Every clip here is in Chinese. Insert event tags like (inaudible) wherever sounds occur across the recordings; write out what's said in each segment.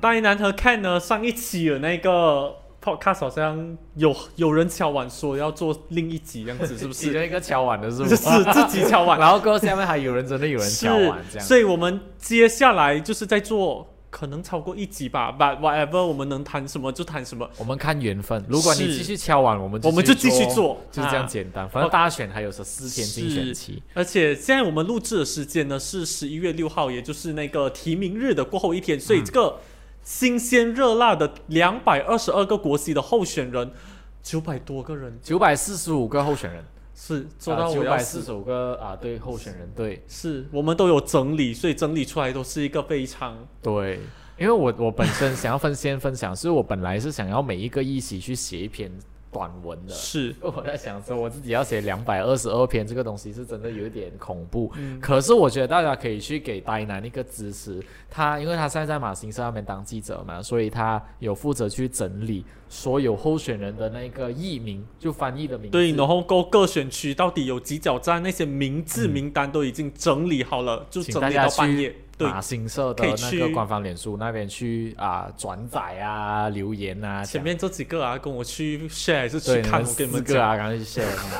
拜南和 Ken 呢，上一期的那个 podcast 好像有有人敲碗说要做另一集这样子，是不洗 (laughs) 是？了一个敲碗的是不就是 (laughs) 自己敲碗，然后过后下面还有人真的有人敲碗这是，样。所以我们接下来就是在做。可能超过一集吧，but whatever，我们能谈什么就谈什么，我们看缘分，如果你是继续敲碗，我们我们就继续做，做，就是这样啊简单。反正大选还有十四天竞选期，而且现在我们录制的时间呢是十一月六号，也就是那个提名日的过后一天，所以这嗯个新鲜热辣的两百二十二个国籍的候选人，九百多个人九百四十五个候选人，啊是做到九我要百死四十五个啊，对候选人，对是我们都有整理，所以整理出来都是一个非常对。因为我我本身想要分先分享，是我本来是想要每一个议席去写一篇短文的，是 (laughs) 我在想说，我自己要写两百二十二篇，这个东西是真的有一点恐怖。嗯可是我觉得大家可以去给呆男一个支持，他因为他现在在马新社那边当记者嘛，所以他有负责去整理所有候选人的那个译名，就翻译的名字。对，然后各各选区到底有几角站，那些名字名单都已经整理好了，就请整大理家到半去夜，对，马新社的可以那个去官方脸书那边去啊转载啊留言啊，前讲面这几个啊，跟我去 share 还是去对看，我四给你们个讲。啊，刚才去 share 他们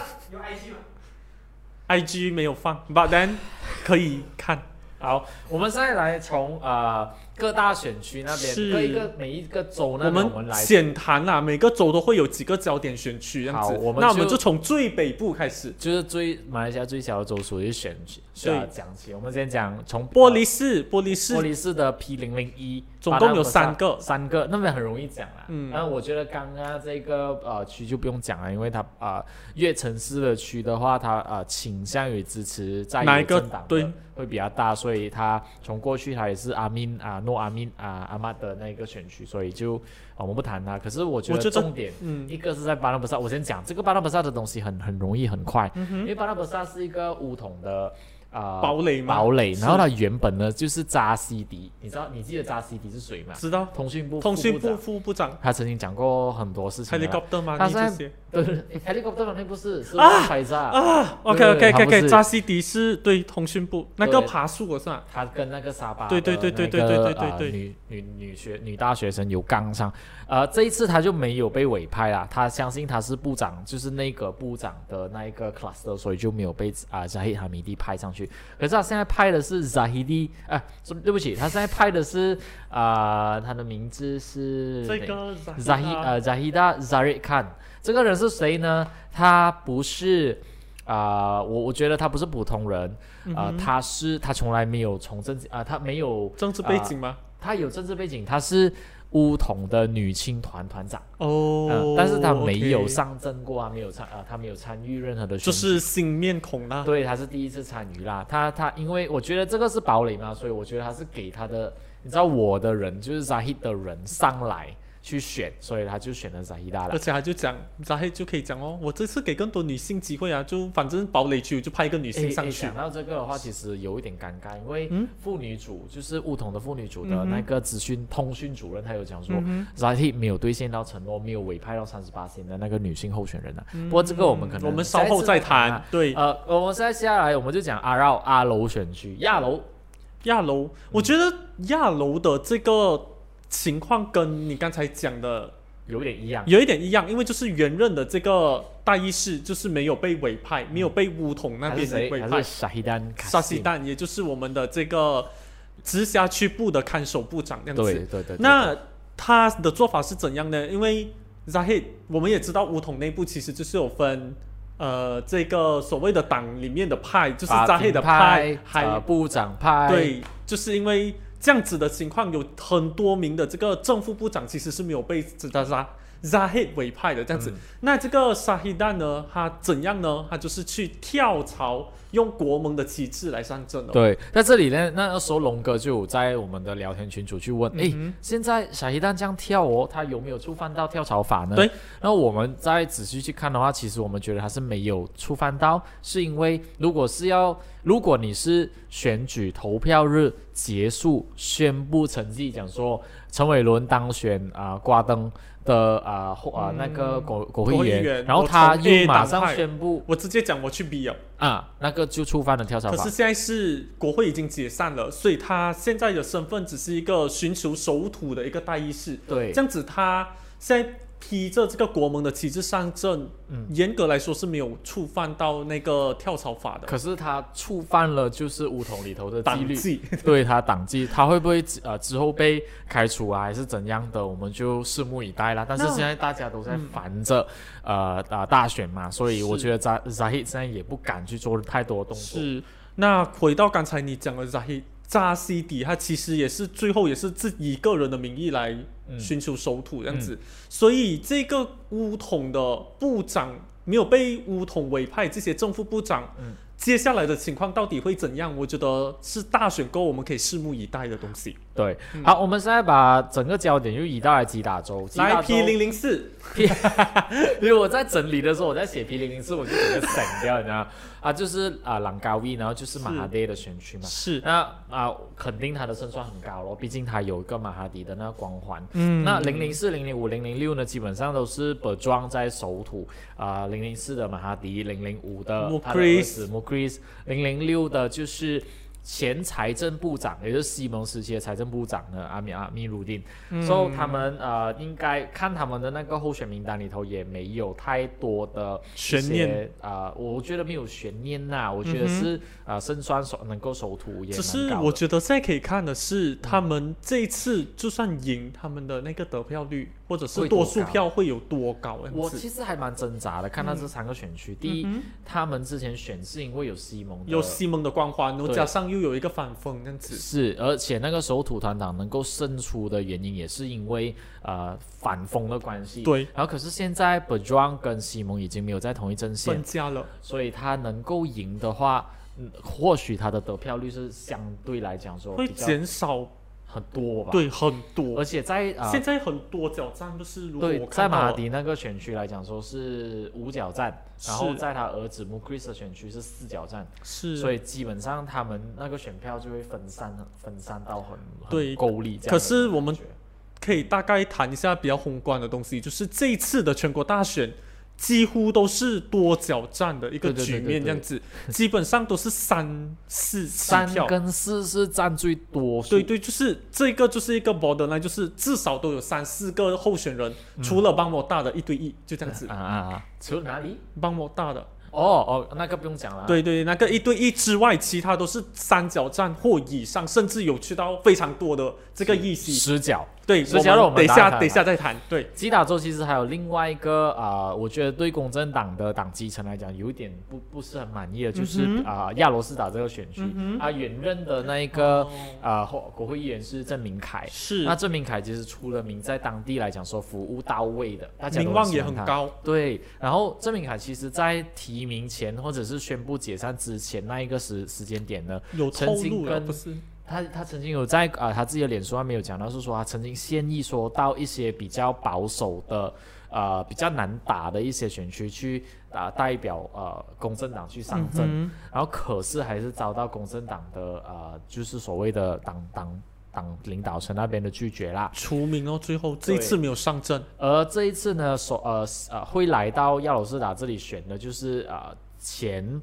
IG 没有放，But then (laughs) 可以看。好，我们现在来从呃各大选区那边，是各一个每一个州 (laughs) 那我边，我们来。浅谈啊，每个州都会有几个焦点选区这样好子。我们那我们就就从最北部开始，就是最马来西亚最小的州属于选区，对呃讲起。我们先讲从呃玻璃市，玻璃玻市璃市的 P 零零一，总共有三巴拿个马萨三个，那边很容易讲啦。嗯然后我觉得刚刚这个呃区就不用讲了，因为它啊、呃、越城市的区的话，它呃倾向于支持在哪一野个政党的对会比较大，所以它从过去它也是阿敏啊诺阿敏啊阿妈的那个选区，所以就、呃我们不谈它。可是我觉我觉得得重点嗯，一个是在巴拉布萨，我先讲这个巴拉布萨的东西很很容易很快，因为巴拉布萨是一个乌统的啊、呃嗯堡垒嘛，堡垒，是然后它原本呢就是扎西迪，你知道你记得扎西迪是谁吗？知道。通讯部通讯啊部部长，副部长他曾经讲过很多事情的啦。 ，helicopter 吗？他你现在这些对对对，helicopter 那不是是啊凯撒，啊，OK 对 OK 他 OK 不是 OK，扎西迪是对通讯部那个对爬树的是吧？他跟那个沙巴的对对对对对那个对对呃对对女女女学女大学生有杠上，呃，这一次他就没有被委派啦，他相信他是部长，就是内阁部长的那一个 cluster，所以就没有被啊扎希哈米蒂派上去。可是他现在派的是扎希蒂，啊，说对不起，他现在派的是啊、他的名字是这个啊扎希呃扎希达扎瑞看这个人是谁呢？他不是啊、我我觉得他不是普通人嗯啊、他是他从来没有从政啊、他没有啊政治背景吗？他有政治背景，他是乌统的女青团团长，哦呃，但是他没有 OK，上阵过啊，没有参啊、他没有参与任何的选就举是新面孔啦。对，他是第一次参与啦。他他，因为我觉得这个是堡垒嘛，所以我觉得他是给他的，你知道我的人就是 Zahid 的人上来去选，所以他就选了 Zahid 啦而。且他就讲，然后就可以讲哦，我这次给更多女性机会啊，就反正堡垒区我就派一个女诶性上诶去讲，到这个的话，其实有一点尴尬，因为嗯妇女组、就是梧桐的妇女组嗯的哼那个资讯、通讯主任，他有讲说、嗯 Zahid 没有兑现到承诺，没有委派到三十八线的那个女性候选人啊。哼不过这个我们可能嗯我们稍后再下一谈次。对，再谈啊。呃，我们现在下来我们就讲阿绕阿楼选区亚楼亚楼，我觉得亚楼的这个情况跟你刚才讲的有点一样。有一点一样，因为就是原任的这个大医师就是没有被委派，没有被乌统那还是边谁？委还派，是沙希丹？沙西。旦，也就是我们的这个直辖区部的看守部长这样子。对对对对。那他的做法是怎样呢？因为 Zahid 我们也知道，五统内部其实就是有分，呃，这个所谓的党里面的派，就是法 Zahid 庭的派、还、呃部长派，，对，就是因为这样子的情况，有很多名的这个正副部长其实是没有被这个 Zah Zahid 委派的这样子。嗯那这个沙希旦呢，他怎样呢？他就是去跳槽，用国盟的旗帜来上阵了。哦对，在这里呢，那时候龙哥就有在我们的聊天群组去问，诶，嗯现在小黑蛋这样跳哦，他有没有触犯到跳槽法呢？对。那我们再仔细去看的话，其实我们觉得他是没有触犯到，是因为如果是要，如果你是选举投票日结束宣布成绩，讲说陈伟伦当选啊、挂灯的啊或啊那个国国嗯国会议会议员，员然后我他从 A 又马党上派宣布我直接讲我去 B 了。啊，那个就触犯了跳槽可法是。现在是国会已经解散了，所以他现在的身份只是一个寻求守土的一个代议士。对这，样子他现在披着这个国盟的旗帜上阵，嗯严格来说是没有触犯到那个跳槽法的可是他触犯了就是五桶里头的纪党律，纪。对他党纪，他会不会呃之后被开除啊，还是怎样的？我们就拭目以待啦。但是那现在大家都在嗯烦着、呃啊大选嘛，所以我是觉得扎扎希现在也不敢去做太多动作。是，那回到刚才你讲的扎希扎西迪，他其实也是最后也是自己个人的名义来嗯寻求收土这样子，所以这个乌统的部长没有被乌统委派，这些正副部长。嗯接下来的情况到底会怎样？我觉得是大选过后我们可以拭目以待的东西。对，嗯好，我们现在把整个焦点又移到来吉打州。吉来打 P 州，零零四，因为我在整理的时候，我在写 P 零零四，我就整个省掉，你知道吗啊，就是啊、朗高威，然后就是马哈爹的选区嘛。是，那啊、肯定他的胜算很高咯，毕竟他有一个马哈迪的那个光环。嗯那零零四、零零五、零零六呢，基本上都是本庄在守土啊。零零四的马哈迪，零零五的 Mukris 他的儿子 Mukris，零零六的就是前财政部长，也就是西蒙时期的财政部长呢，阿米阿米鲁丁。嗯所以他们呃，应该看他们的那个候选名单里头也没有太多的悬一些念嗯啊、我觉得没有悬念呐、我觉得是啊，胜算手能够守土也只蛮是高我的觉得现在可以看的是，他们这一次就算赢，他们的那个得票率或者是会多多数票会有多高？这样我子嗯其实还蛮挣扎的，看到这三个选区，第一、他们之前选是因为有西蒙的有西蒙的光环，然后对加上又有一个反风，这样子是，而且那个时候土团党能够胜出的原因，也是因为呃反风的关系。。对然后可是现在 b e j o n 跟西蒙已经没有在同一阵线分，家了。所以他能够赢的话，嗯，或许他的得票率是相对来讲说会比较减少，很多吧。。对很而多。且在啊、现在很多挑战就是，如果对我，在看马到哈了迪那个选区来讲说是五角站，然后是在他儿子 Mukris 的选区是四角站。是，所以基本上他们那个选票就会分散，分散到很很对够力这样的感觉。可是我们可以大概谈一下比较宏观的东西，就是这一次的全国大选几乎都是多角战的一个对对对局对面，对这样子，基本上都是三四起三跳。跟四是占最多数，对对，就是这个就是一个 borderline，就是至少都有三四个候选人，除了邦摩大的一对一，就这样子啊。啊啊！除了哪里？邦摩大的，哦哦，那个不用讲了。对对，那个一对一之外，其他都是三角战或以上，甚至有去到非常多的这个议席。十角。对，所以假如我我们们等一打下卡等一下再谈。对，吉打州其实还有另外一个啊、我觉得对公正党的党基层来讲有一点不不是很满意的，就是嗯啊、亚罗斯岛这个选区、嗯啊，原任的那一个哦啊、后国会议员是郑明凯，是哎那郑明凯其实出了名，在当地来讲说服务到位的，大家都名望喜也欢很他。高。对，然后郑明凯其实，在提名前或者是宣布解散之前那一个时时间点呢，有曾透经露了，跟不是？他他曾经有在啊、呃他自己的脸书上面有讲到，是说他曾经现役说到一些比较保守的呃比较难打的一些选区去啊、呃代表呃公正党去上阵，嗯然后可是还是遭到公正党的呃就是所谓的党党党领导层那边的拒绝啦。除名哦，最后这一对次没有上阵，而这一次呢，所呃呃会来到亚罗斯达这里选的就是呃前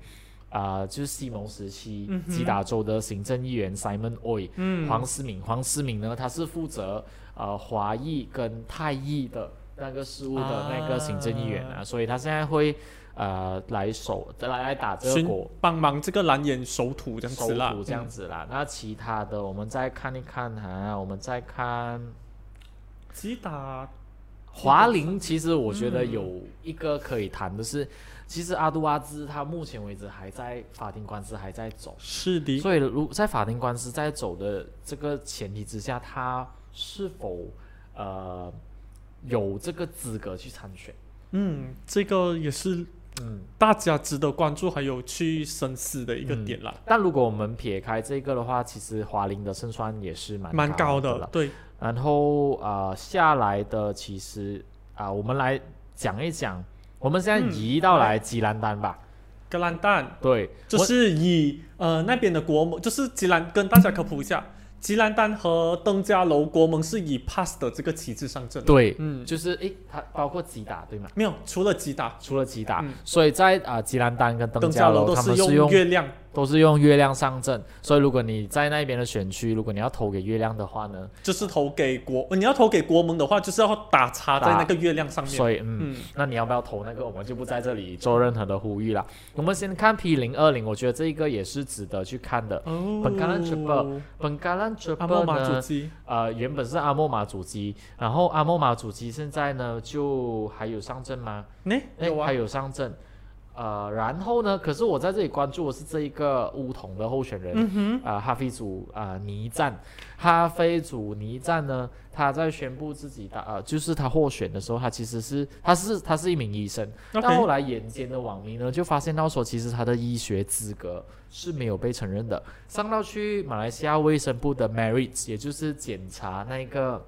呃就是西蒙时期嗯哼吉达州的行政议员 Simon Oy、嗯黄思敏。黄思敏呢，他是负责呃华裔跟泰裔的那个事务的那个行政议员啊，所以他现在会呃来守来来打这个寻国。帮忙这个蓝眼守土这样守子啦，嗯土这样子啦，那其他的我们再看一看哈、我们再看嗯。吉打华林嗯其实我觉得有一个可以谈的是，其实阿杜阿兹他目前为止还在法庭官司还在走，是的，所以如在法庭官司在走的这个前提之下，他是否呃有这个资格去参选？嗯，这个也是嗯，大家值得关注还有去深思的一个点啦，但如果我们撇开这个的话，其实华林的胜算也是嗯蛮蛮高的的了。。对，然后呃下来的其实啊、我们来讲一讲，我们现在嗯移到来吉兰丹吧。格兰丹对，就是以呃那边的国盟，就是吉兰跟大家科普一下，吉兰丹和登嘉楼国盟是以 pass 的这个旗帜上阵。，对，嗯，就是诶，它包括吉打对吗？没有，除了吉达、除了吉打，嗯所以在啊、吉兰丹跟登登嘉嘉楼，楼都他们是用用月亮，都是用月亮上阵，所以如果你在那边的选区，如果你要投给月亮的话呢，就是投给国，呃你要投给国盟的话，就是要打叉在打那个月亮上面。所以嗯，嗯，那你要不要投那个，我们就不在这里做任何的呼吁了。我们先看 P 零二零，我觉得这一个也是值得去看的。哦本橄榄 triple 本橄榄阿莫 triple 马主呢，机，呃，原本是阿莫马主机，然后阿莫马主机现在呢就还有上阵吗？呢？哎有，啊还，有上阵。呃，然后呢？可是我在这里关注的是这一个乌统的候选人，嗯哼，啊、哈菲祖啊、尼赞，哈菲祖尼赞呢，他在宣布自己的呃，就是他获选的时候，他其实是他是他是一名医生，但后 OK，来眼尖的网民呢就发现到说，其实他的医学资格是没有被承认的，上到去马来西亚卫生部的 merit，也就是检查那个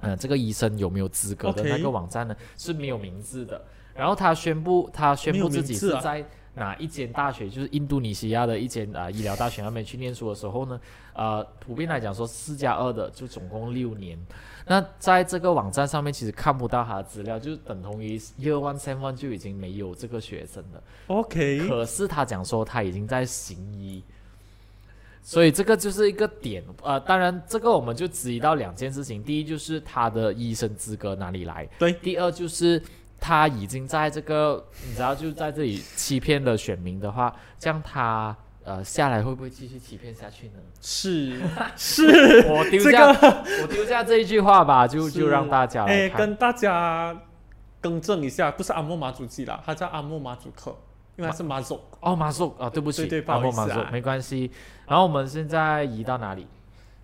呃这个医生有没有资格的 OK 那个网站呢是没有名字的，然后他宣布他宣没有布名自己字是啊在。哪一间大学，就是印度尼西亚的一间啊、呃医疗大学那边去念书的时候呢，呃，普遍来讲说四加二的，就总共六年。那在这个网站上面，其实看不到他的资料，就等同于 Year One Sem One 就已经没有这个学生了。 ，OK，可是他讲说他已经在行医，所以这个就是一个点。呃，当然这个我们就质疑到两件事情：第一就是他的医生资格哪里来；对第二就是。他已经在这个，你知道，就在这里欺骗了选民的话，这样他呃下来会不会继续欺骗下去 (laughs) 呢？ (laughs) 是是。我丢这下、我丢下这一句话吧，就是就让大家来哎，看。跟大家更正一下，不是阿莫马祖基啦，他叫阿莫马祖克，因为他是马祖。哦，马术啊，对不起，对对不阿好莫意思啊马术没关系。然后我们现在移到哪里？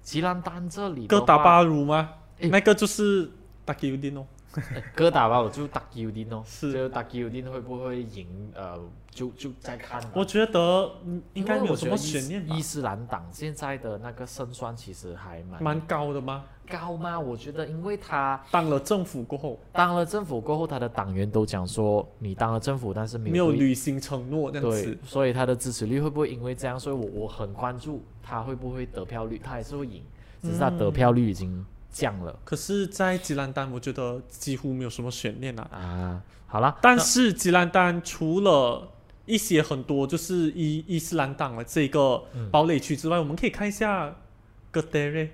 吉兰丹这里的哥话，打巴鲁吗？哎那个就是达基尤蒂诺。哎，哥打巴，我就打 U 丁哦，是就打 U 丁会不会赢？呃，就就再看吧。我觉得嗯应该因没为有我什么觉得悬念吧伊斯。伊，斯兰党现在的那个胜算其实还蛮蛮高的吗？高吗？我觉得，因为他当了政府过后，当了政府过后，他的党员都讲说，你当了政府，但是没有没有对履行承诺这样对子。，所以他的支持率会不会因为这样？所以我我很关注他会不会得票率，他还是会赢，只是他得票率已经降了、可是，在吉兰丹，我觉得几乎没有什么悬念啊。啊。好啦，但是吉兰丹除了一些很多就是伊伊斯兰党的这个嗯堡垒区之外，我们可以看一下戈德瑞，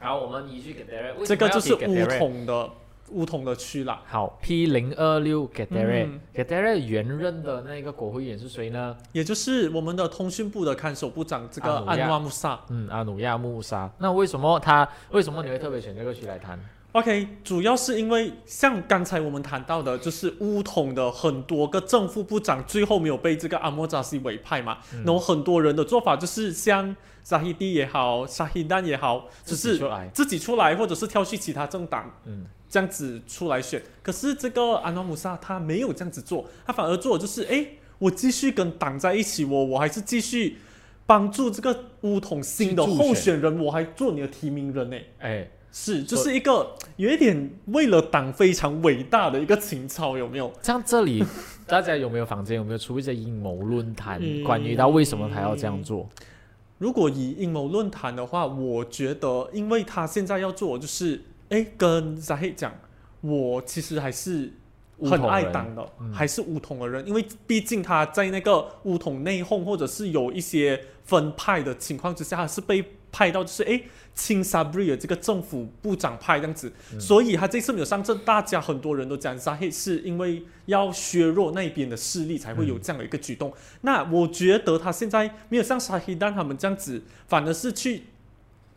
然后我们移去给 d e r e 这个就是乌。统的乌统的区啦。好，P 零二六 g e d e r e 嗯 g e d e r e 原任的那个国会议员是谁呢？也就是我们的通讯部的看守部长这个阿努亚安瓦穆萨。嗯，阿努亚穆沙。那为什么他为什么你会特别选这个区来谈？ OK，主要是因为像刚才我们谈到的，就是乌统的很多个正副部长最后没有被这个阿莫扎西委派嘛，嗯然后很多人的做法就是像沙希蒂也好，沙希丹也好，只自己是出来，自己出来，或者是挑去其他政党嗯，这样子出来选。可是这个安诺姆萨他没有这样子做，他反而做的就是，诶，我继续跟党在一起，我我还是继续帮助这个乌统新的去助选候选人，我还做你的提名人呢。哎，是，就所是一个有一点为了党非常伟大的一个情操，有没有？像 (laughs) 这里大家有没有房间有没有出一些阴谋论坛，嗯关于他为什么他要这样做？如果以阴谋论坛的话，我觉得，因为他现在要做的就是，哎，跟 Zahid 讲，我其实还是乌很统爱人党的，嗯还是乌统的人，因为毕竟他在那个乌统内讧，或者是有一些分派的情况之下，他是被派到就是哎亲 Sabri 的这个政府部长派这样子，嗯所以他这次没有上阵，大家很多人都讲 Zahid 是因为要削弱那边的势力才会有这样的一个举动。那我觉得他现在没有像 Shahidan 他们这样子，反而是去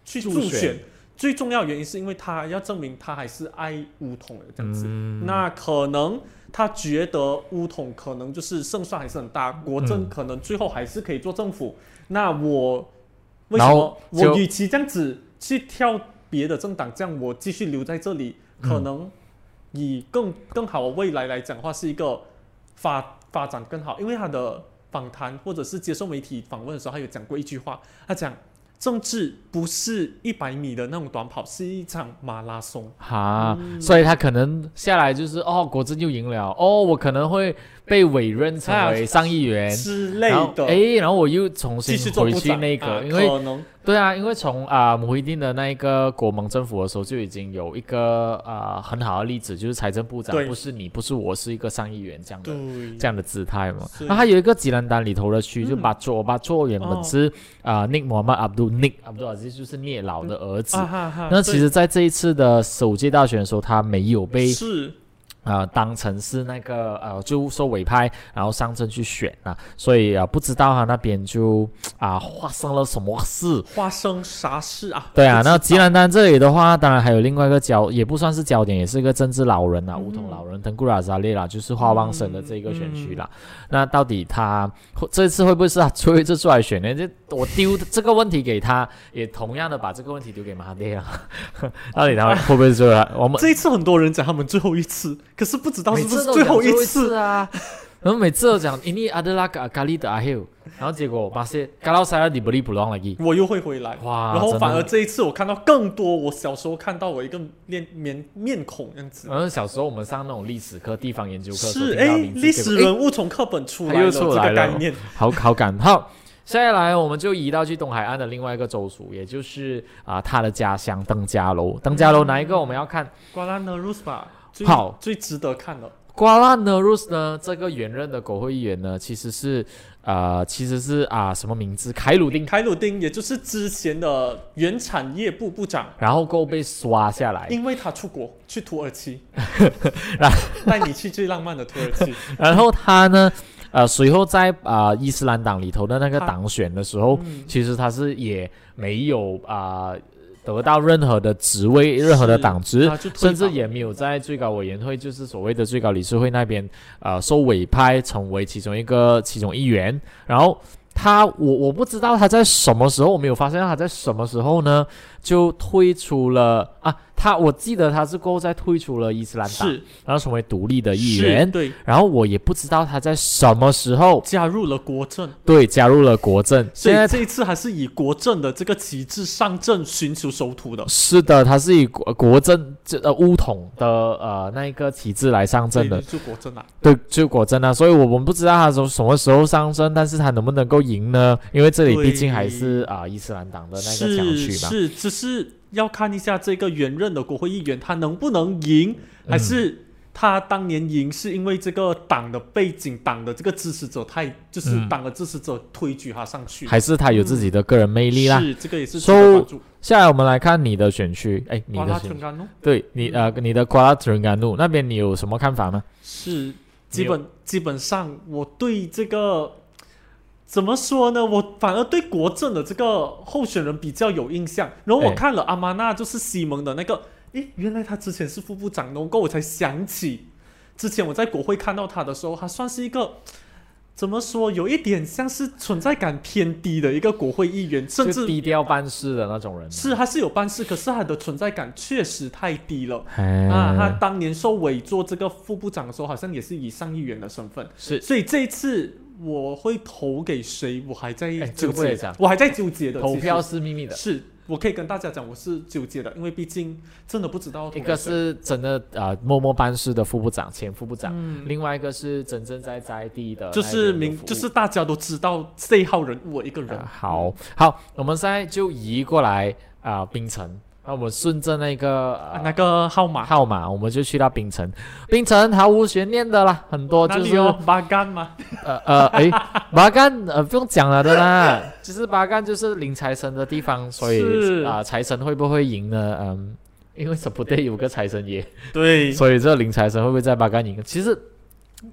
去助助选选。最重要的原因是因为他要证明他还是爱乌统的这样子。嗯那可能他觉得乌统可能就是胜算还是很大，国政嗯可能最后还是可以做政府。那我为什然么后就我与其这样子去跳别的政党，这样我继续留在这里，可嗯能以更更好的未来来讲的话，是一个发发展更好。因为他的访谈或者是接受媒体访问的时候，他有讲过一句话，他讲政治不是一百米的那种短跑，是一场马拉松。嗯哈，所以他可能下来就是哦，果真就赢了哦，我可能会被委任成啊为上议员。之类然后的，诶，然后我又重继续新做回部去长那个，啊因为可能对啊，因为从啊穆一定的那一个国盟政府的时候，就已经有一个啊很好的例子，就是财政部长对不是你，不是我，是一个上议员这样的对嗯这样的姿态嘛。是那还有一个吉兰丹里头的区，就嗯巴佐，巴佐原哦本是啊 Nick Muhammad Abdul Nick Abdul Aziz 就是聂老的儿子啊。哈哈，那对其实，在这一次的首届大选的时候，他没有被是啊，当成是那个呃，就说委派，然后上阵去选啊，所以啊、不知道他那边就啊、发生了什么事。发生啥事啊？对啊，不知道那吉兰丹这里的话，当然还有另外一个焦，也不算是焦点，也是一个政治老人啊，嗯梧桐老人腾古拉扎列啦，就是花旺省的这个选区啦。那到底他会这次会不会是他最后一次出来选呢？这我丢这个问题给他，也同样的把这个问题丢给马哈 (laughs) 迪啊，到底他会会不会出来？我们这一次很多人讲他们最后一次，可是不知道每是不次是都最讲后最后一次次啊。然后每次都讲印尼阿德拉嘎咖喱的阿 hill，然后结果巴西嘎拉塞拉里布里布朗来我又会回来。哇，然后真的反而这一次我看到更多我小时候看到我一个面面面孔这样子，然后小时候我们上那种历史课、地方研究课的时候是听到哎，名字历结史果人物从课本出来他又了出这来个概了 (laughs) 念，哎好 (laughs) 好感好。接下来我们就移到去东海岸的另外一个州属，也就是啊、他的家乡登嘉楼。登嘉楼哪一个我们要看？瓜拉呢 r u s b a 最好最值得看的，瓜拉呢 r u s 呢？这个原任的国会议员呢，其实是啊，其实是啊、什么名字？凯鲁丁。凯鲁丁也就是之前的原产业部部长，然后够被刷下来，因为他出国去土耳 (laughs) 其， (laughs) 带你去最浪漫的土耳其， (laughs) 然后他呢，呃，随后在啊、伊斯兰党里头的那个他党选的时候，嗯其实他是也没有啊、得到任何的职位、任何的是党职他，就退甚至党也没有在最高委员会，就是所谓的最高理事会那边，呃，受委派成为其中一个其中一员。然后他，我我不知道他在什么时候，我没有发现到他在什么时候呢，就退出了啊。他我记得他是过后再退出了伊斯兰党，是然后成为独立的议是员。对，然后我也不知道他在什么时候加入了国政。对加入了国政。所现在以这一次还是以国政的这个旗帜上阵寻求首土的，是的，他是以国国政这呃乌统的呃那一个旗帜来上阵的，就国政啊，对，就国政啊。所以我们不知道他从什么时候上阵，但是他能不能够赢呢？因为这里毕竟还是啊、伊斯兰党的那个强是区嘛。是，只是要看一下这个原任的国会议员他能不能赢，嗯还是他当年赢是因为这个党的背景、党的这个支持者太，就是嗯党的支持者推举他上去，还是他有自己的个人魅力啦。嗯是这个也是值 So，得关注。下来我们来看你的选区，哎，你哇，的拉选全干哦，对你呃你的瓜拉特伦甘路那边你有什么看法吗？是基本基本上我对这个。怎么说呢？我反而对国政的这个候选人比较有印象。然后我哎看了阿玛纳，就是西蒙的那个，诶，原来他之前是副部长，然后我才想起，之前我在国会看到他的时候，他算是一个怎么说，有一点像是存在感偏低的一个国会议员，甚就至低调办事的那种人吗，是他是有办事，可是他的存在感确实太低了。啊，他啊，当年受委做这个副部长的时候，好像也是以上议员的身份，是所以这一次我会投给谁，我还在哎纠这个我也结想，我还在纠结的。投票其是秘密的实。是，我可以跟大家讲，我是纠结的，因为毕竟真的不知道投给一个谁，是真的呃默默办事的副部长、前副部长，嗯，另外一个是真正在在地的那一就边的服务，是明，就是大家都知道这一号人物的一个人啊。好好，我们现在就移过来啊、冰城，那我们顺着那个、啊呃、那个号码，号码，我们就去到冰城。冰城毫无悬念的啦，很多哪就里哦是有巴干 (laughs) 吗？呃呃哎，巴干呃不用讲了的啦， (laughs) 其实巴干就是领财神的地方，所以是啊、财神会不会赢呢？嗯，因为 s u p p o r t 有个财神爷。对，所以这个林财神会不会在巴干赢？其实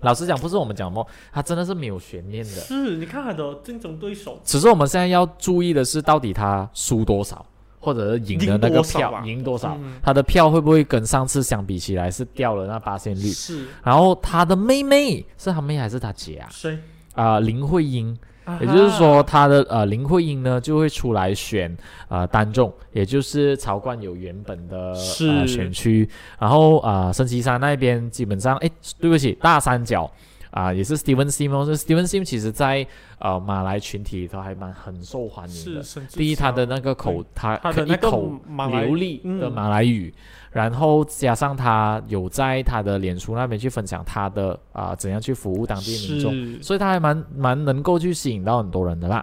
老实讲，不是我们讲梦，他真的是没有悬念的。 (laughs) 是，你看他的竞争对手，只是我们现在要注意的是，到底他输多少，或者是赢的那赢个多少票吧赢多少，嗯他的票会不会跟上次相比起来是掉了那八线率？是然后他的妹妹是他妹还是他姐啊？谁？啊、林慧英，啊也就是哈说，他的呃林慧英呢就会出来选呃单众，也就是曹冠友原本的呃、是选区，然后啊、呃、升旗山那边基本上，哎，对不起，大三角。啊、也是 Steven Sim 哦。就是 Steven Sim 其实在呃马来群体里头还蛮很受欢迎是。的甚至第一，他的像那个口，他他的一那个口马来流利的嗯马来语，然后加上他有在他的脸书那边去分享他的啊、怎样去服务当地民众，是所以他还蛮蛮能够去吸引到很多人的啦。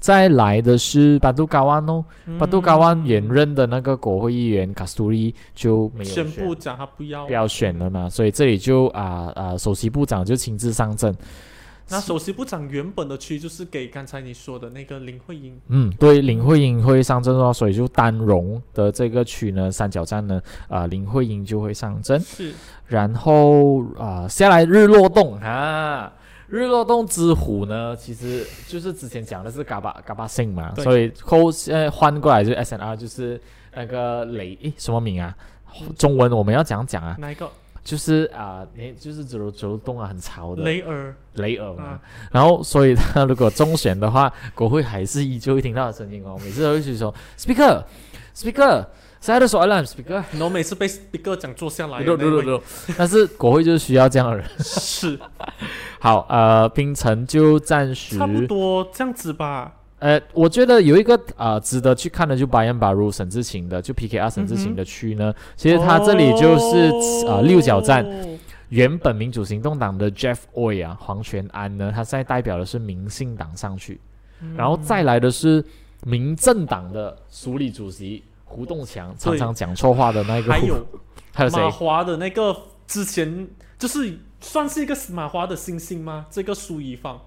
再来的是巴杜嘎湾哦，巴杜嘎湾嗯原任的那个国会议员卡斯图利就没有宣选布讲他不要不要选了嘛，所以这里就啊啊、首席部长就亲自上阵。那首席部长原本的区就是给刚才你说的那个林慧英，嗯，对，林慧英会上阵哦，所以就丹荣的这个区呢，三角站呢，啊、林慧英就会上阵。是然后啊、下来日落洞啊，日落洞之虎呢，其实就是之前讲的是嘎巴嘎巴信嘛，对所以后呃换过来就是 S N R，就是那个雷诶什么名啊？中文我们要讲讲啊，哪一个？就是啊，诶就是走路走路洞啊，很潮的雷尔，雷尔嘛。啊然后，所以他如果中选的话，国会还是依旧会听到的声音哦。每次都会去说 Speaker Speaker，现在说 Alarm Speaker，然后每次被 speaker 讲坐下来的对那对位，对，但是国会就是需要这样的人。 (laughs) 是好，呃，冰城就暂时差不多这样子吧。呃，我觉得有一个呃值得去看的，就白彦巴如沈志勤的，就嗯 PKR 沈志勤的区呢，其实他这里就是、呃六角站，哦原本民主行动党的 Jeff Oy 啊，黄权安呢，他现在代表的是民信党上去，嗯然后再来的是民政党的署理主席胡栋强，常常讲错话的那个还胡，有还有谁马？华的那个之前就是算是一个马华的星星吗？这个苏怡芳，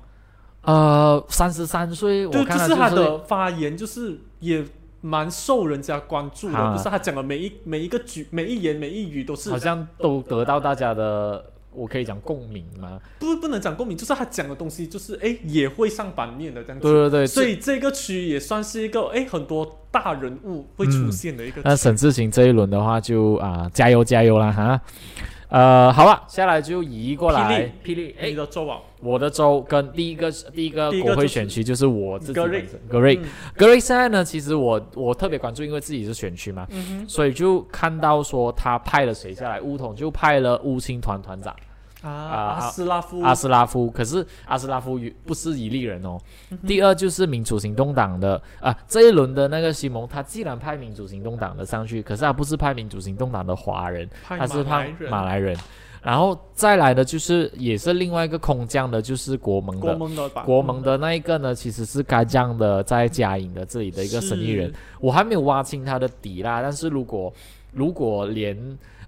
呃，三十三岁，我就看就他是他就是的发言，就是也蛮受人家关注啊的，就是他讲的每一每一个举每一言每一语都是好像都得到大家的，我可以讲共鸣吗？不不能讲共鸣，就是他讲的东西就是哎也会上版面的这样子。对对对，嗯所以这个区也算是一个哎很多大人物会出现的一个嗯那区。沈志行这一轮的话就啊、加油加油啦哈。呃，好了，下来就移过来。霹雳，你的周网我的州跟第一个第一个第一个国会就是嗯选区就是我自己本 Gerik 身。Great，Great 现在呢，其实我我特别关注，因为自己是选区嘛，嗯所以就看到说他派了谁下来，乌统就派了乌青团团长。啊啊阿斯拉夫阿斯拉夫，可是阿斯拉夫也不是一例人哦。嗯第二就是民主行动党的啊，这一轮的那个西蒙，他既然派民主行动党的上去，可是他不是派民主行动党的华人，派他马来是派人马来人。然后再来的就是也是另外一个空降的，就是国盟国的。盟的吧？国盟的那一个呢，其实是干将的，在嘉颖的这里的一个生意人是，我还没有挖清他的底啦。但是如果如果连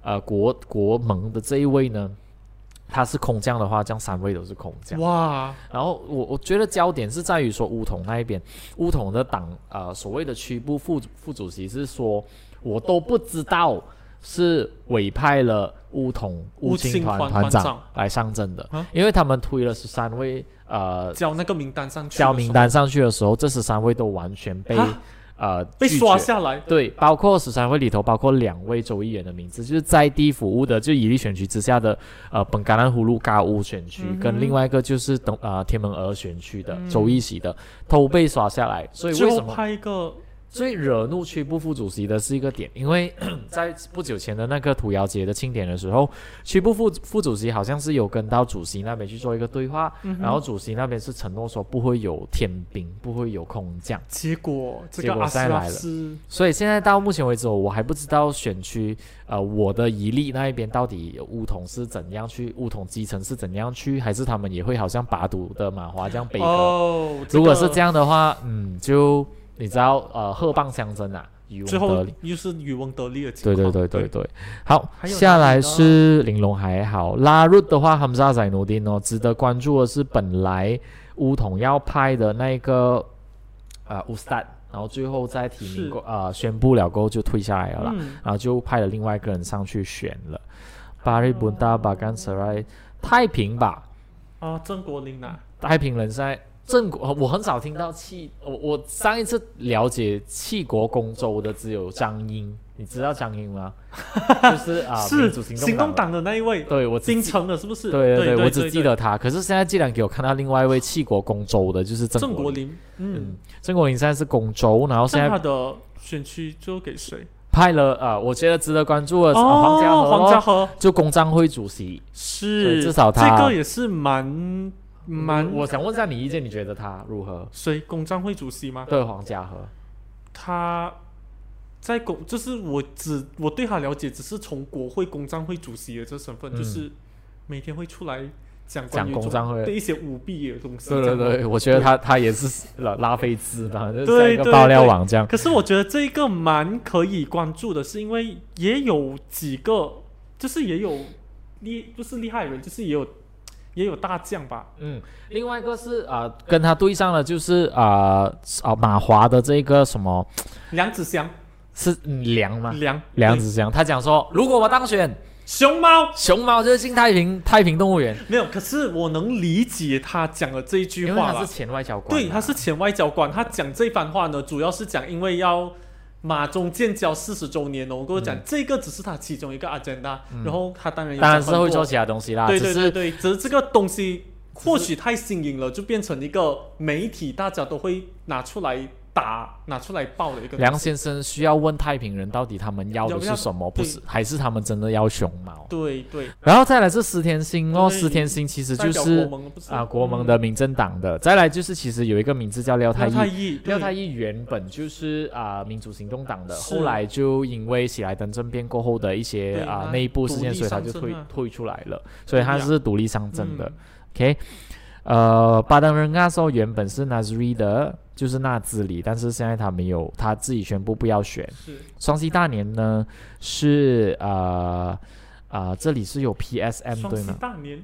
呃国国盟的这一位呢，他是空降的话，这样三位都是空降。哇，然后我我觉得焦点是在于说乌统那一边，乌统的党呃所谓的区部副副主席是说，我都不知道是委派了乌统乌乌青青团团团团长长来上阵的啊，因为他们推了十三位呃交那个名单上去的时候，交名单上去的时候，这十三位都完全被啊呃被拒刷绝下来，对，包括十三位里头，包括两位州议员的名字，就是在地服务的，就以利选区之下的呃本橄榄葫芦嘎乌选区，嗯哼跟另外一个就是东呃天门鹅选区的、州议席的，都被刷下来。所以嗯最为什后么拍一个最惹怒区部副主席的是一个点？因为 (coughs) 在不久前的那个土窑节的庆典的时候，区部副副主席好像是有跟到主席那边去做一个对话，嗯然后主席那边是承诺说不会有天兵，不会有空降。结果，这结个果阿斯再拉来了斯所以现在到目前为止，我还不知道选区，呃，我的宜利那一边到底乌统是怎样去，乌统基层是怎样去，还是他们也会好像拔毒的马华这样背歌？哦，这如果个是这，样的话，嗯，就你知道，呃，鹤蚌相争啊，渔翁最得后利。又是渔翁得利的情对对况，对对对，好，还有下哪来里呢是玲珑还好，拉入的话，哈姆扎宰努丁哦，值得关注的是本来乌统要派的那个呃乌斯达，然后最后在提名是过呃宣布了过后就退下来了啦，嗯，然后就派了另外一个人上去选了，巴瑞本达巴甘舍莱太平吧，啊，郑国林呐，太平人在郑国，我很少听到弃我我上一次了解弃国公州的只有张英，你知道张 (laughs) 英吗？就是啊，民是主行行动动党党的那一位的，对我只丁记城的，是不是？对对对我只记得他。可是现在既然给我看到另外一位弃国公州的，就是郑郑国国林，林，嗯，郑国林现在是公州，然后现像在他的选区最后给谁？派了呃，我觉得值得关注的是、呃哦，黄家和咯，黄家和就工商会主席，是，对至少他这个也是蛮蛮我想问一下你意见，你觉得他如何？谁公章会主席吗？对黄家和，他在公就是我只我对他了解，只是从国会公章会主席的这身份，嗯就是每天会出来讲讲关于公中章会的一些舞弊的东西。对对这样对，我觉得他他也是拉拉菲兹的，就是像对一个对爆料网这样。可是我觉得这一个蛮可以关注的，是因为也有几个，就是也有厉不是厉害的人，就是也有也有大将吧。嗯，另外一个是啊、呃跟他对上的就是啊啊、马华的这个什么梁子祥，是嗯梁吗？梁梁对子祥，他讲说，如果我当选，熊猫熊猫就是进太平太平动物园，没有，可是我能理解他讲的这一句因为话他了是。前外交官嘛，对，他是前外交官，他讲这番话呢，主要是讲因为要马中建交四十周年哦。我跟我讲，这个只是他其中一个 agenda，、然后他当然有当然讲是很会多做其他东西啦，对只对是对对，只是这个东西或许太新颖了，就变成一个媒体大家都会拿出来打、拿出来爆的一个东梁西。先生需要问太平人到底他们要的是什么，不对是还是他们真的要熊猫？对对，然后再来是石田星哦，对石田星其实代就表是国盟不是啊国盟的民政党的，再来就是其实有一个名字叫廖太廖太义。义，对廖太义原本就是啊、民主行动党的，是后来就因为喜来登政变过后的一些对啊、他内部事独件，立所以他上就阵退啊退出来了，所以他对呀是独立上阵的。嗯 OK，呃，巴登人那时候原本是 Nazri 的，就是纳兹里，但是现在他没有，他自己宣布不要选。是双溪大年呢是呃呃，这里是有 PSM 双对溪吗？大年，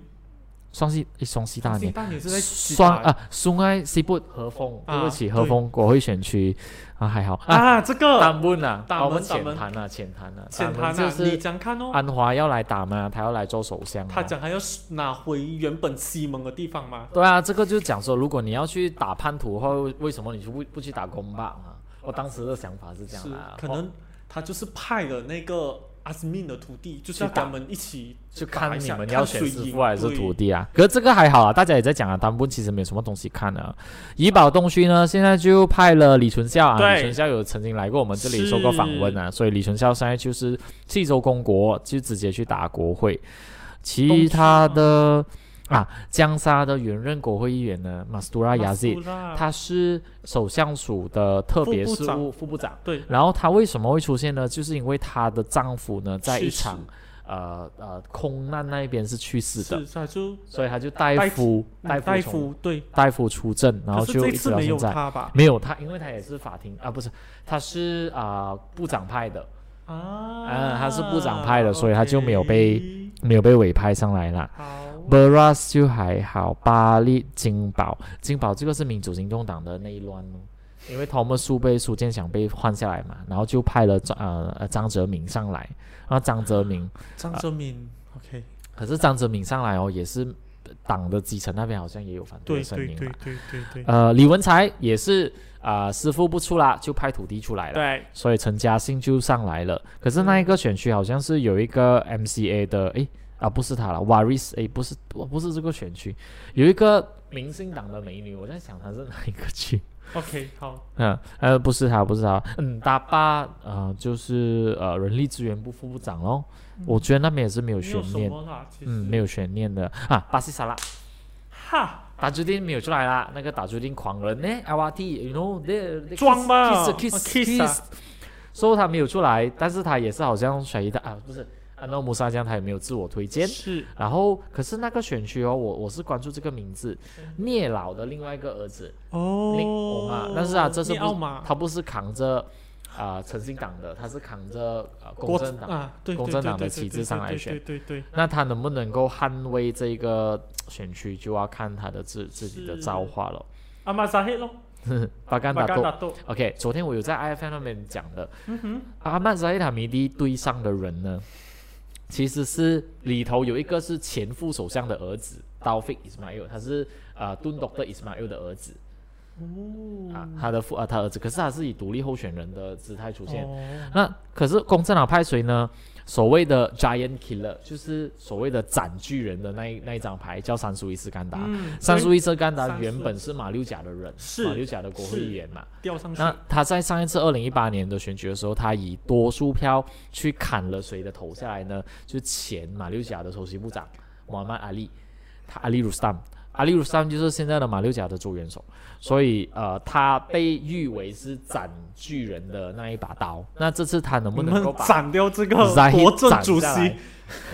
双溪诶双溪大双溪年，大年是在吉双打啊松爱西部和风，对不啊起，对和风国会选区啊还好啊，啊，这个丹本啊，丹啊我本们丹浅本谈啊浅谈啊，浅丹谈本啊，就你是讲看哦。安华要来打嘛，他要来做首相啊，他讲还要拿回原本西蒙的地方吗？对啊，这个就是讲说，如果你要去打叛徒的话，为为什么你就不不去打工吧？啊，我当时的想法是这样是的、啊，，可哦能他就是派了那个阿斯敏的徒弟，就是要去打跟他们一起就打看一你下们要看选谁师赢傅还是对徒弟啊。可是这个还好啊，大家也在讲啊，丹布其实没有什么东西看啊。怡保东区呢，现在就派了李存孝啊，对李存孝有曾经来过我们这里受过访问啊，所以李存孝现在就是济州公国，就直接去打国会。啊其他的啊，江沙的原任国会议员呢，马斯杜啊拉雅 z 马苏拉他是首相署的特别副部事长务副部长。对然后她为什么会出现呢？就是因为她的丈夫呢，在一去世场呃呃空难那一边是去世的，是他就所以她就代夫戴代夫戴从夫对，代夫出阵，然后可是就这一直次到没有现在。他 (laughs) 吧？没有她，因为她也是法庭啊，不是，她是啊、部长派的，啊，嗯他是部长派的所以他就没有被啊 OK 没有被委派上来啦。好 Beras 就还好，巴利金宝，金宝这个是民主行动党的内乱哦，因为 Thomas 苏被苏建祥被换下来嘛，然后就派了张呃呃张泽民上来，然后张泽民，张哲敏 OK，可是张泽民上来哦，也是党的基层那边好像也有反对对的声对音对嘛对对对呃，李文才也是啊、呃师傅不出啦，就派徒弟出来了。对，所以陈嘉欣就上来了，可是那一个选区好像是有一个 MCA 的，诶啊不是他了，Waris 诶不是我不是这个选区，有一个明星党的美女，我在想她是哪一个区， (laughs) OK 好，嗯呃不是她不是她，嗯达巴呃就是呃人力资源部副部长咯，嗯我觉得那边也是没有没悬有什念，么啦，其实嗯没有悬念的啊巴西萨拉。哈，打注定没有出来啦，那个打注定狂人呢，LRT，you know they they kiss- 装吧 kiss 啊 kiss ，kiss 啊 kiss，所以他没有出来，但是他也是好像甩一的啊，不是安诺姆沙江，他也没有自我推荐。是然后可是那个选区哦，我我是关注这个名字，聂老的另外一个儿子，聂欧嗯哦嘛，，但是啊，这是是不奥是马他不是扛着啊、呃诚信党的，他是扛着、呃、公正党。啊，对对公对正对党的对旗对帜对上来对选对对对，那他能不能够捍卫这个选区，就要看他的自自己的是造化了。阿玛扎黑咯，巴干马达甘多达多， OK，昨天我有在 IFN 那边讲的，啊嗯哼，阿曼扎伊塔米蒂对上的人呢，其实是里头有一个是前副首相的儿子 d a u f i k Ismail，他是呃敦doktor Ismail 的儿子啊，哦，他的父啊他儿子，可是他是以独立候选人的姿态出现。哦那可是公正党派谁呢？所谓的 Giant Killer，就是所谓的斩巨人的那一那一张牌，叫三叔伊斯甘达。嗯，啊三所叔以伊斯甘达三叔原本是马六甲的人，是马六甲的国会议员嘛。吊上去，那他在上一次二零一八年的选举的时候，他以多数票去砍了谁的头下来呢？就是前马六甲的首席部长穆罕默阿里，他阿里鲁斯坦，阿里鲁斯坦就是现在的马六甲的州元首，所以呃，他被誉为是斩巨人的那一把刀。那这次他能不我能们够把斩掉这个 Zahid 国政斩主下席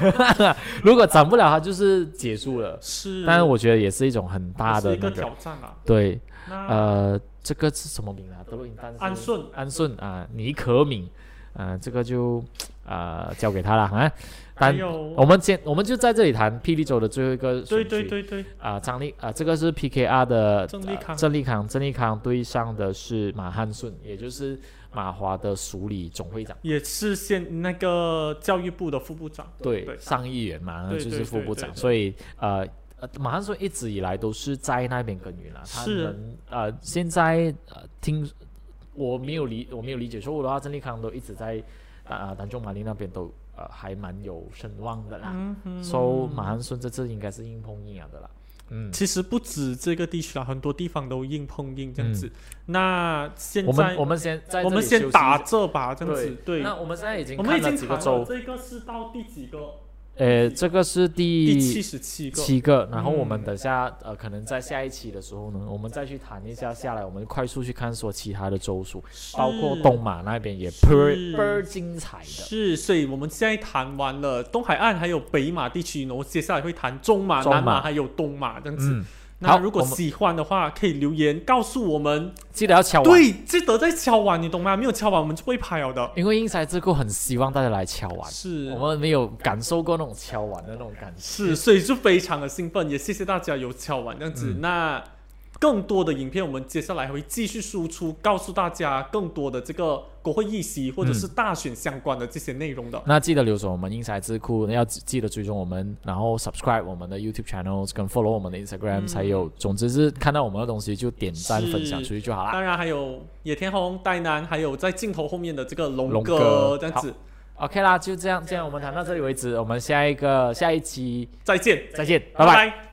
来， (laughs) 如果斩不了他，就是结束了。是，但是我觉得也是一种很大这的是一那个个挑战啊。对，那呃，这个是什么名啊？德鲁因丹是安顺安顺啊、尼可敏，啊，这个就啊、交给他了啊。还但有我们先，我们就在这里谈霹雳州的最后一个选对举对对对，啊、张力啊、这个是 PKR 的郑立呃康郑立康，郑立康对上的是马汉顺，也就是马华的署理总会长，也是现那个教育部的副部长，对对上议员嘛，对就是对副对部对长，对所以呃。呃，马汉顺一直以来都是在那边耕耘了，他是们呃，现在呃，听我没有理我没有理解错误的话，郑立康都一直在啊、呃、丹中马林那边都呃还蛮有声望的啦。嗯哼，啊 so 马汉顺这次应该是硬碰硬了的啦。嗯，其实不止这个地区啊啦，很多地方都硬碰硬这样子。那现嗯我在们我们先在我这们里休先息打一下这把这样子，对。那我们现在已经我们看已了经几个谈州了，这个是到第几个？呃，这个是第第七十七个。七个，然后我们嗯等下、呃，可能在下一期的时候呢，我们再去谈一下下来，我们快速去看说其他的州属，包括是东马那边也是倍儿倍儿精彩的。是，所以我们现在谈完了东海岸还有北马地区，然后接下来会谈中马、中马南马还有东马这样子。嗯，那好如果我们喜欢的话，可以留言告诉我们。记得要敲完，对，记得在敲完，你懂吗？没有敲完我们就不会拍了的。因为英才智库很希望大家来敲完，是我们没有感受过那种敲完的那种感受。是，所以就非常的兴奋，也谢谢大家有敲完这样嗯子。那更多的影片，我们接下来会继续输出，告诉大家更多的这个国会议席或者是大选相关的这些内容的。那记得留守我们英才智库，要记记得追踪我们，然后 subscribe 我们的 YouTube channel，跟 follow 我们的 Instagram，、嗯才有。总之是看到我们的东西就点赞是分享出去就好啦。当然还有野田红、戴南，还有在镜头后面的这个龙龙哥哥这样子。 OK 啦，就这样，这样我们谈到这里为止，我们下一个下一期再见，再见，拜拜拜。拜